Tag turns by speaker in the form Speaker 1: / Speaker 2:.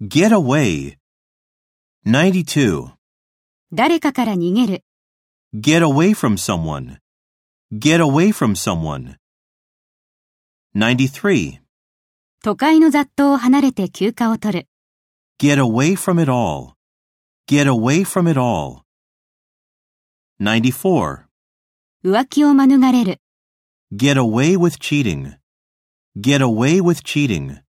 Speaker 1: Get away. 92.
Speaker 2: 誰かから逃げる、
Speaker 1: Get away from someone. Get away from someone. 93.
Speaker 2: 都会の雑踏を離れて休暇を取る、
Speaker 1: Get away from it all. Get away from it all. 94.
Speaker 2: 浮気を免れる。
Speaker 1: Get away with cheating. Get away with cheating.